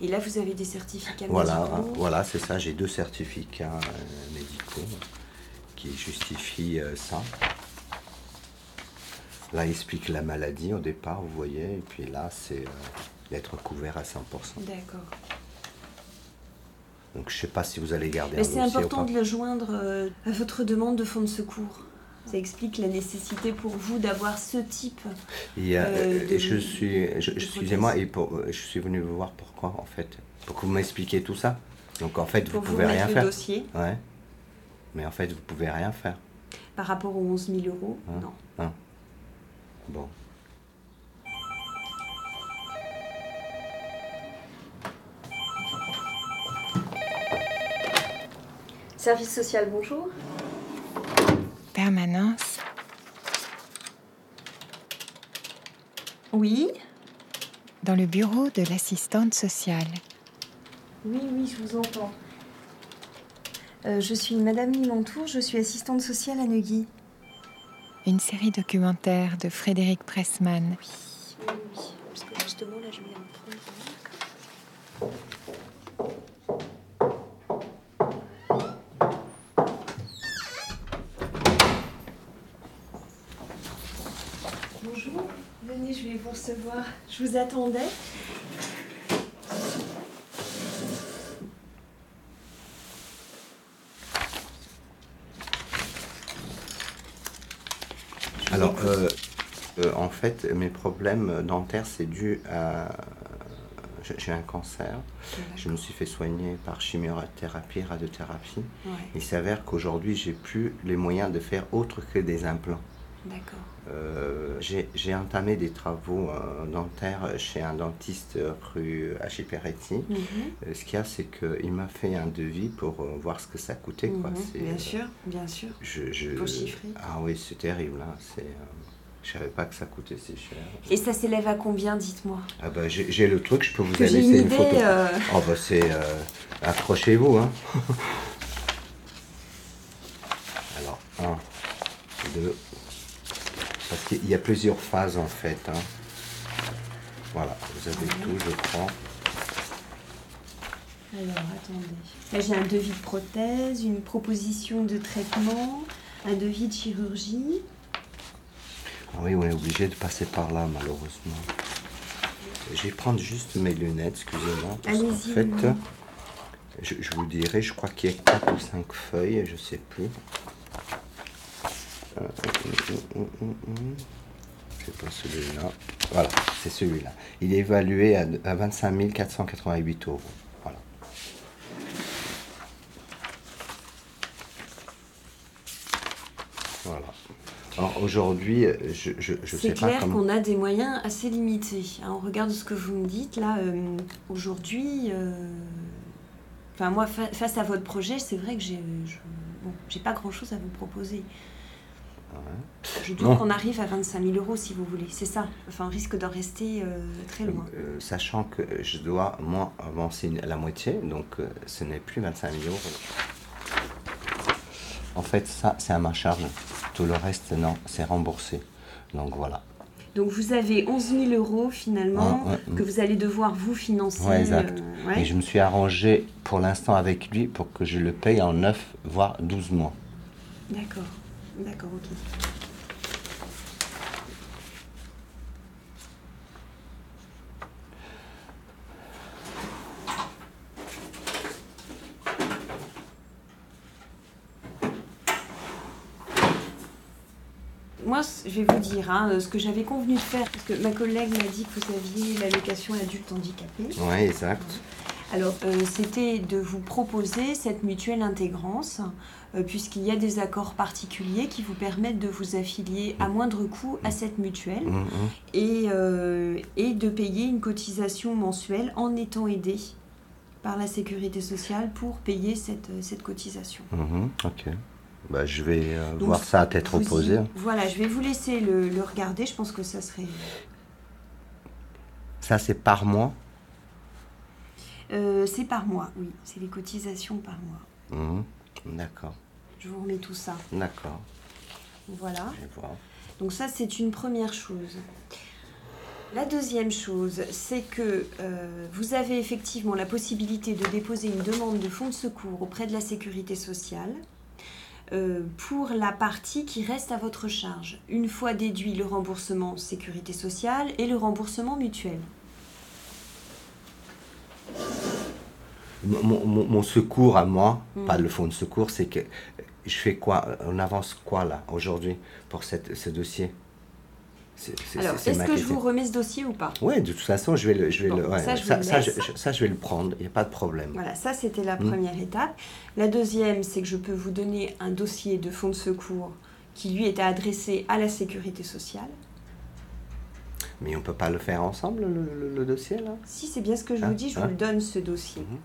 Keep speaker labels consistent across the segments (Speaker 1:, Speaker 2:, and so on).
Speaker 1: Et là, vous avez des certificats
Speaker 2: Voilà, hein,
Speaker 1: médicaux.
Speaker 2: voilà c'est ça, j'ai deux certificats euh, médicaux qui justifient euh, ça. Là, il explique la maladie au départ, vous voyez, et puis là, c'est euh, d'être couvert à 100%.
Speaker 1: D'accord.
Speaker 2: Donc, je sais pas si vous allez garder
Speaker 1: Mais
Speaker 2: un
Speaker 1: c'est
Speaker 2: dossier ou
Speaker 1: important
Speaker 2: pas.
Speaker 1: de le joindre euh, à votre demande de fonds de secours. Ça explique la nécessité pour vous d'avoir ce type.
Speaker 2: Il y a-
Speaker 1: euh,
Speaker 2: et
Speaker 1: de-
Speaker 2: je suis, je-
Speaker 1: de
Speaker 2: excusez-moi,
Speaker 1: prothèse.
Speaker 2: et pour- euh, je suis venu vous voir pourquoi, en fait, pour que vous m'expliquiez tout ça. Donc, en fait, vous
Speaker 1: Pour vous
Speaker 2: pouvez
Speaker 1: mettre
Speaker 2: rien
Speaker 1: le
Speaker 2: faire.
Speaker 1: dossier
Speaker 2: Ouais. Mais en fait, vous pouvez rien faire.
Speaker 1: par rapport aux 11 000 euros.
Speaker 2: Hein.
Speaker 1: Non.
Speaker 2: Bon.
Speaker 1: Service social, bonjour.
Speaker 3: Permanence.
Speaker 1: Oui.
Speaker 3: Dans le bureau de l'assistante sociale.
Speaker 1: Oui, oui, je vous entends. Euh, je suis Madame Limantour, je suis assistante sociale à Neuilly.
Speaker 3: Une série documentaire de Frédéric Pressman.
Speaker 1: Oui, oui, parce que justement là, je vais en prendre. Bonjour, venez, je vais vous recevoir. Je vous attendais.
Speaker 2: Alors, euh, euh, en fait, mes problèmes dentaires, c'est dû à. j'ai- J'ai un cancer. Je me suis fait soigner par chimiothérapie, radiothérapie.
Speaker 1: Ouais,
Speaker 2: Il s'avère qu'aujourd'hui, j'ai plus les moyens de faire autre que des implants.
Speaker 1: d'accord.
Speaker 2: Euh, j'ai j'ai entamé des travaux euh, dentaires chez un dentiste euh, rue Achiperetti.
Speaker 1: Mhm,
Speaker 2: Euh, Ce qu'il y a, c'est qu'il m'a fait un devis pour euh, voir ce que ça coûtait. quoi.
Speaker 1: mhm,
Speaker 2: C'est, euh,
Speaker 1: Bien sûr, bien sûr.
Speaker 2: je, je-
Speaker 1: Pour chiffrer.
Speaker 2: Ah oui, c'est terrible. Hein. C'est, euh, je savais pas que ça coûtait si cher.
Speaker 1: Et ça s'élève à combien, dites-moi
Speaker 2: Ah bah, j'ai j'ai le truc, je peux vous
Speaker 1: Que j'ai
Speaker 2: laisser
Speaker 1: une
Speaker 2: une,
Speaker 1: idée.
Speaker 2: photo.
Speaker 1: euh,
Speaker 2: Oh bah c'est... euh, Accrochez-vous. Hein. Alors, un, deux... Parce qu'il y a plusieurs phases en fait. hein. Voilà, vous avez tout, je prends.
Speaker 1: Alors, attendez. Là, j'ai un devis de prothèse, une proposition de traitement, un devis de chirurgie.
Speaker 2: Ah oui, on est obligé de passer par là, malheureusement. Je vais prendre juste mes lunettes, excusez-moi. Parce qu'en
Speaker 1: Allez-y,
Speaker 2: fait,
Speaker 1: oui.
Speaker 2: je, je vous dirai, je crois qu'il y a 4 ou 5 feuilles, je sais plus. Euh, hum, hum, hum, hum. C'est pas celui-là. Voilà, c'est celui-là. Il est évalué à, à 25 488 euros. Voilà. Voilà. Alors aujourd'hui, je ne sais
Speaker 1: C'est
Speaker 2: pas
Speaker 1: clair
Speaker 2: comment.
Speaker 1: qu'on a des moyens assez limités. hein. On regarde ce que vous me dites là euh, aujourd'hui. euh, Enfin, moi, fa- face à votre projet, c'est vrai que j'ai euh, je- bon, j'ai pas grand chose à vous proposer. Je doute
Speaker 2: Non.
Speaker 1: qu'on arrive à 25 000 euros si vous voulez. C'est ça. Enfin, on risque d'en rester euh, très loin.
Speaker 2: Euh, sachant que je dois, moi, avancer une- la moitié, donc euh, ce n'est plus 25 000 euros. En fait, ça, c'est à ma charge. Tout le reste, non, c'est remboursé. Donc voilà.
Speaker 1: Donc, vous avez 11 000 euros finalement
Speaker 2: Ouais, ouais,
Speaker 1: que vous allez devoir vous financer.
Speaker 2: Ouais, exact.
Speaker 1: euh, ouais.
Speaker 2: Et je me suis arrangé pour l'instant avec lui pour que je le paye en 9, voire 12 mois.
Speaker 1: D'accord, d'accord, ok. Moi, c- je vais vous dire hein, euh, ce que j'avais convenu de faire, parce que ma collègue m'a dit que vous aviez l'allocation adulte handicapé.
Speaker 2: Ouais, exact.
Speaker 1: Alors, euh, c'était de vous proposer cette mutuelle intégrance, euh, puisqu'il y a des accords particuliers qui vous permettent de vous affilier à moindre coût à cette mutuelle
Speaker 2: Mhm.
Speaker 1: et, euh, et de payer une cotisation mensuelle en étant aidé par la sécurité sociale pour payer cette, euh, cette cotisation.
Speaker 2: Mhm. Ok. Bah, je vais euh,
Speaker 1: Donc,
Speaker 2: voir ça à tête
Speaker 1: Vous y-
Speaker 2: reposée.
Speaker 1: Voilà, je vais vous laisser le, le regarder, je pense que ça serait...
Speaker 2: Ça, c'est par mois.
Speaker 1: Euh, c'est par mois, oui, c'est les cotisations par mois.
Speaker 2: Mhm. D'accord.
Speaker 1: Je vous remets tout ça.
Speaker 2: D'accord.
Speaker 1: Voilà.
Speaker 2: Je vais voir.
Speaker 1: Donc ça, c'est une première chose. La deuxième chose, c'est que euh, vous avez effectivement la possibilité de déposer une demande de fonds de secours auprès de la sécurité sociale euh, pour la partie qui reste à votre charge, une fois déduit le remboursement sécurité sociale et le remboursement mutuel.
Speaker 2: Mon, mon- mon secours à moi,
Speaker 1: Hmm.
Speaker 2: pas le fonds de secours, c'est que je fais quoi On avance quoi là aujourd'hui pour cette, ce dossier C'est- c'est-
Speaker 1: Alors,
Speaker 2: c'est- c'est
Speaker 1: est-ce
Speaker 2: ma
Speaker 1: que je
Speaker 2: question.
Speaker 1: vous remets ce dossier ou pas
Speaker 2: Ouais, de toute façon, je vais le, je vais
Speaker 1: Bon,
Speaker 2: le, ouais,
Speaker 1: ça, je vous
Speaker 2: ça,
Speaker 1: le
Speaker 2: ça, je,
Speaker 1: laisse.
Speaker 2: je- ça, je vais le prendre. Il n'y a pas de problème.
Speaker 1: Voilà, ça c'était la
Speaker 2: Hmm.
Speaker 1: première étape. La deuxième, c'est que je peux vous donner un dossier de fonds de secours qui lui est adressé à la sécurité sociale.
Speaker 2: Mais on peut pas le faire ensemble le, le- le dossier là
Speaker 1: Si c'est bien ce que je
Speaker 2: Ah,
Speaker 1: vous dis, je
Speaker 2: ah.
Speaker 1: vous le donne ce dossier.
Speaker 2: Mhm.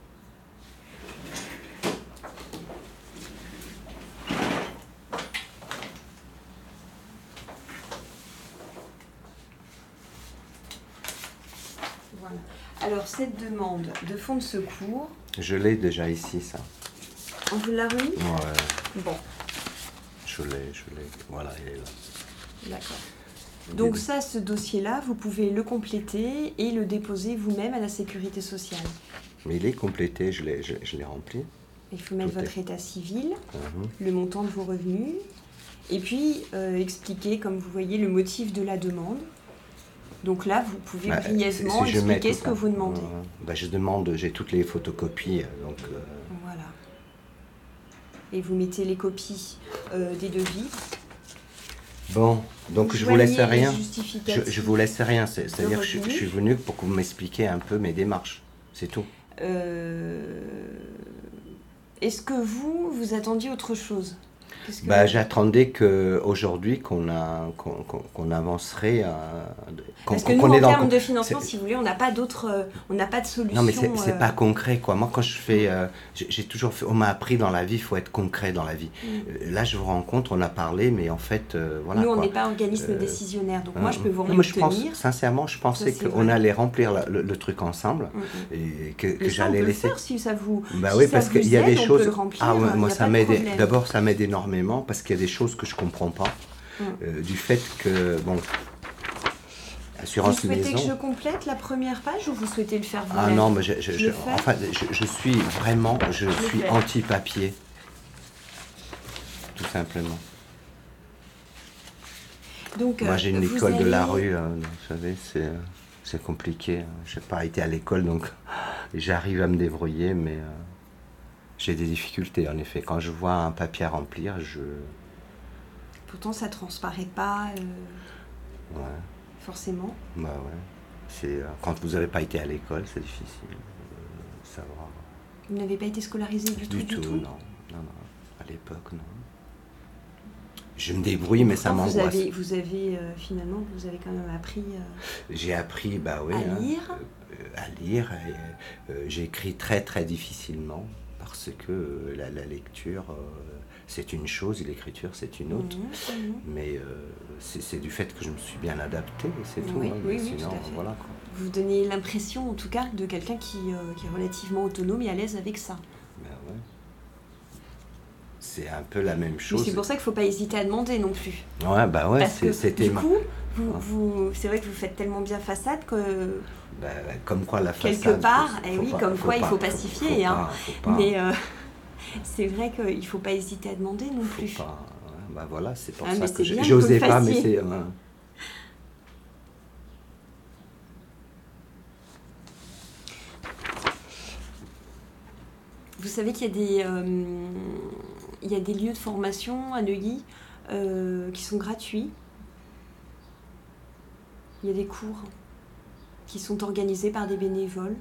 Speaker 1: Voilà. Alors cette demande de fonds de secours,
Speaker 2: Je l'ai déjà ici ça.
Speaker 1: on vous l'a remis
Speaker 2: Ouais,
Speaker 1: Bon,
Speaker 2: je l'ai, je l'ai. Voilà, il est là.
Speaker 1: d'accord. Donc ça, ce dossier-là, vous pouvez le compléter et le déposer vous-même à la sécurité sociale.
Speaker 2: Mais il est complété, je l'ai, je, je l'ai rempli.
Speaker 1: Il faut mettre
Speaker 2: Tout est-
Speaker 1: votre état civil.
Speaker 2: Mhm.
Speaker 1: le montant de vos revenus et puis euh, expliquer, comme vous voyez, le motif de la demande. Donc là, vous pouvez
Speaker 2: Bah,
Speaker 1: brièvement
Speaker 2: si je mets
Speaker 1: expliquer
Speaker 2: tout
Speaker 1: ce que
Speaker 2: ça.
Speaker 1: vous demandez.
Speaker 2: Ouais. Bah, je demande, j'ai toutes les photocopies, euh, donc euh,
Speaker 1: Voilà. Et vous mettez les copies euh, des devis.
Speaker 2: bon. Donc je vous
Speaker 1: joignez
Speaker 2: laisse
Speaker 1: les
Speaker 2: rien. Je,
Speaker 1: justificatifs.
Speaker 2: je vous laisse rien. c'est- C'est-à-dire que je,
Speaker 1: revenus.
Speaker 2: je suis venu pour que vous m'expliquiez un peu mes démarches. C'est tout.
Speaker 1: Euh, Est-ce que vous, vous attendiez autre chose Qu'est-ce que
Speaker 2: Bah,
Speaker 1: vous-
Speaker 2: j'attendais que aujourd'hui qu'on a qu'on qu'on- qu'on avancerait à- qu'on
Speaker 1: Parce que
Speaker 2: qu'on-
Speaker 1: nous,
Speaker 2: qu'on
Speaker 1: en
Speaker 2: est dans-
Speaker 1: termes de financement,
Speaker 2: c'est-
Speaker 1: si vous voulez, on n'a pas d'autre, euh, on n'a pas de solution.
Speaker 2: non mais c'est c'est
Speaker 1: euh, Mm.
Speaker 2: pas concret quoi. Moi quand je fais, euh, j'ai j'ai toujours fait, on m'a appris dans la vie, il faut être concret dans la vie.
Speaker 1: Mm.
Speaker 2: Euh, Là je vous rencontre, on a parlé, mais en fait euh, voilà.
Speaker 1: nous, on
Speaker 2: quoi.
Speaker 1: n'est pas organisme
Speaker 2: Euh,
Speaker 1: décisionnaire, donc moi, je peux vous
Speaker 2: Non, mais je pense-
Speaker 1: retenir.
Speaker 2: sincèrement, je pensais
Speaker 1: Ça, c'est
Speaker 2: qu'on
Speaker 1: vrai.
Speaker 2: allait remplir la- le, le truc ensemble
Speaker 1: Mm, mm.
Speaker 2: et que, que
Speaker 1: Mais ça, on
Speaker 2: j'allais
Speaker 1: peut le
Speaker 2: laisser.
Speaker 1: faire si ça vous.
Speaker 2: Bah
Speaker 1: si
Speaker 2: oui,
Speaker 1: ça
Speaker 2: parce
Speaker 1: vous
Speaker 2: qu'il y a
Speaker 1: aide,
Speaker 2: des
Speaker 1: on peut
Speaker 2: choses.
Speaker 1: le remplir,
Speaker 2: ah ouais,
Speaker 1: il y
Speaker 2: moi
Speaker 1: a
Speaker 2: ça
Speaker 1: pas de
Speaker 2: m'aide.
Speaker 1: problème.
Speaker 2: D'abord, ça m'aide énormément parce qu'il y a des choses que je comprends pas
Speaker 1: Mm.
Speaker 2: Euh, du fait que bon,
Speaker 1: Vous
Speaker 2: assurance
Speaker 1: souhaitez
Speaker 2: maison.
Speaker 1: que je complète la première page ou vous souhaitez le faire vous-même
Speaker 2: Ah non, mais je, je-
Speaker 1: Je
Speaker 2: je-
Speaker 1: le fais.
Speaker 2: enfin, je, je suis vraiment, je
Speaker 1: le
Speaker 2: suis
Speaker 1: fais.
Speaker 2: anti-papier, tout simplement.
Speaker 1: Donc,
Speaker 2: Moi,
Speaker 1: euh,
Speaker 2: j'ai une
Speaker 1: vous
Speaker 2: école de la
Speaker 1: allez-
Speaker 2: rue, hein, vous savez, c'est, euh, c'est compliqué. hein. J'ai pas été à l'école, donc j'arrive à me débrouiller, mais euh, j'ai des difficultés, en effet. Quand je vois un papier à remplir, je...
Speaker 1: Pourtant, ça transparaît pas euh,
Speaker 2: Ouais,
Speaker 1: forcément.
Speaker 2: bah ouais. C'est, euh, quand vous n'avez pas été à l'école, c'est difficile euh, de savoir.
Speaker 1: Vous n'avez pas été scolarisé du, tout, du tout.
Speaker 2: non. Non, non. À l'époque, non. Je me débrouille, mais ça
Speaker 1: Pourtant, vous
Speaker 2: m'angoisse.
Speaker 1: avez, vous avez euh, finalement, vous avez quand même appris. euh,
Speaker 2: J'ai appris, bah oui,
Speaker 1: À
Speaker 2: hein,
Speaker 1: lire.
Speaker 2: euh, euh, à lire. et, euh, J'écris très très difficilement parce que euh, la, la lecture euh, c'est une chose, et l'écriture c'est une autre.
Speaker 1: mhm, mhm.
Speaker 2: Mais euh, c'est c'est du fait que je me suis bien adapté, et c'est tout.
Speaker 1: Oui,
Speaker 2: hein,
Speaker 1: oui,
Speaker 2: mais
Speaker 1: oui, tout à
Speaker 2: sinon,
Speaker 1: fait.
Speaker 2: voilà quoi.
Speaker 1: Vous donnez l'impression, en tout cas, de quelqu'un qui, euh, qui est relativement autonome et à l'aise avec ça.
Speaker 2: Ben ouais. C'est un peu la même
Speaker 1: Mais
Speaker 2: chose.
Speaker 1: C'est pour ça qu'il ne faut pas hésiter à demander non plus.
Speaker 2: Ouais, bah ouais,
Speaker 1: Parce
Speaker 2: c'est-
Speaker 1: que
Speaker 2: c'était.
Speaker 1: du
Speaker 2: ma-
Speaker 1: coup, vous, vous- c'est vrai que vous faites tellement bien façade que.
Speaker 2: bah, comme quoi la façade.
Speaker 1: quelque part,
Speaker 2: faut-
Speaker 1: eh
Speaker 2: faut
Speaker 1: oui,
Speaker 2: pas-
Speaker 1: comme quoi il faut pacifier, hein.
Speaker 2: pas- faut pas-
Speaker 1: Mais euh, c'est vrai qu'il ne faut pas hésiter à demander non
Speaker 2: Faut
Speaker 1: plus.
Speaker 2: pas- ouais, bah voilà, c'est pour
Speaker 1: Ah,
Speaker 2: ça
Speaker 1: mais
Speaker 2: que
Speaker 1: c'est
Speaker 2: j'ai-
Speaker 1: bien que
Speaker 2: j'osais
Speaker 1: vous
Speaker 2: pas,
Speaker 1: le
Speaker 2: mais
Speaker 1: fassiez.
Speaker 2: c'est. euh,
Speaker 1: Vous savez qu'il y, a des, euh, il y a des lieux de formation à Neuilly euh, qui sont gratuits. Il y a des cours qui sont organisés par des bénévoles.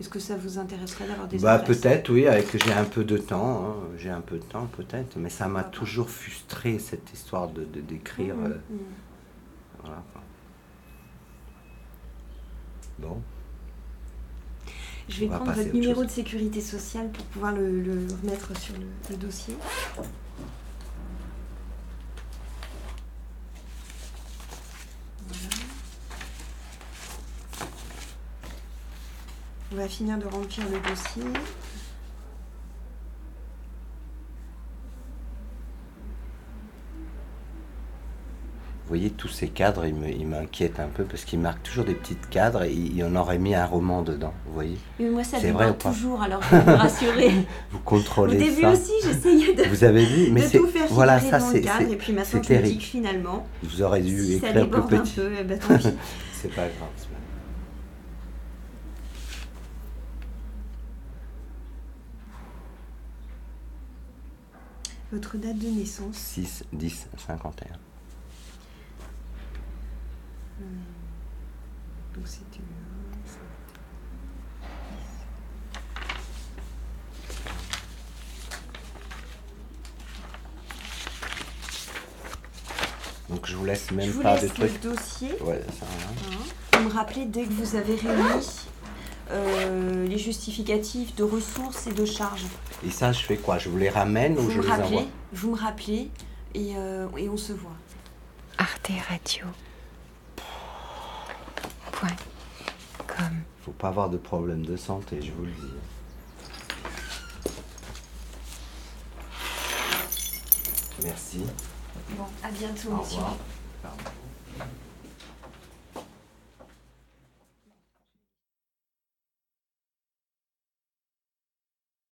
Speaker 1: Est-ce que ça vous intéresserait d'avoir des
Speaker 2: Mhm. Bah
Speaker 1: adresses
Speaker 2: peut-être, oui, avec j'ai un peu de temps, hein, j'ai un peu de temps peut-être, mais ça m'a
Speaker 1: Pourquoi pas.
Speaker 2: toujours frustré cette histoire de de- d'écrire.
Speaker 1: Mhm,
Speaker 2: euh,
Speaker 1: mhm.
Speaker 2: voilà, quoi. Bon,
Speaker 1: Je vais
Speaker 2: On va
Speaker 1: prendre
Speaker 2: passer à
Speaker 1: votre
Speaker 2: autre
Speaker 1: numéro
Speaker 2: chose.
Speaker 1: de sécurité sociale pour pouvoir le, le remettre sur le, le dossier. Voilà. On va finir de remplir le dossier.
Speaker 2: vous voyez, tous ces cadres, ils me- ils m'inquiètent un peu parce qu'ils marquent toujours des petites cadres et il y en aurait mis un roman dedans, vous voyez.
Speaker 1: Mais moi, ça
Speaker 2: C'est vrai
Speaker 1: déborde
Speaker 2: ou pas
Speaker 1: toujours, alors je vais vous rassurer.
Speaker 2: Vous
Speaker 1: Au
Speaker 2: contrôlez
Speaker 1: début
Speaker 2: ça.
Speaker 1: aussi, j'essayais de,
Speaker 2: Vous avez vu, mais
Speaker 1: de
Speaker 2: c'est
Speaker 1: tout faire
Speaker 2: voilà,
Speaker 1: filtrer
Speaker 2: ça
Speaker 1: dans le
Speaker 2: c'est
Speaker 1: cadre,
Speaker 2: c'est-
Speaker 1: et puis
Speaker 2: c'est
Speaker 1: maintenant, je me dis
Speaker 2: terrible.
Speaker 1: que finalement,
Speaker 2: Vous auriez dû
Speaker 1: si ça
Speaker 2: écrire plus
Speaker 1: déborde un
Speaker 2: petit.
Speaker 1: peu, eh ben, tant pis.
Speaker 2: C'est pas grave. c'est pas grave.
Speaker 1: Votre date de naissance
Speaker 2: 6, 10, 51.
Speaker 1: Donc c'était le 1, ça.
Speaker 2: Donc je vous laisse
Speaker 1: Je
Speaker 2: même
Speaker 1: vous
Speaker 2: pas
Speaker 1: laisse
Speaker 2: de trucs.
Speaker 1: le dossier.
Speaker 2: Ouais, ça va.
Speaker 1: hein. Vous me rappelez dès que vous avez réuni euh, les justificatifs de ressources et de charges.
Speaker 2: Et ça, je fais quoi Je vous les ramène ou
Speaker 1: Vous
Speaker 2: je
Speaker 1: me
Speaker 2: les envoie
Speaker 1: rappelez, vous me rappelez et, euh, et on se voit.
Speaker 3: Arte Radio. Point. Com.
Speaker 2: Faut pas avoir de problème de santé, je vous le dis. Merci.
Speaker 1: Bon, à bientôt,
Speaker 2: Au
Speaker 1: monsieur.
Speaker 2: revoir. Pardon.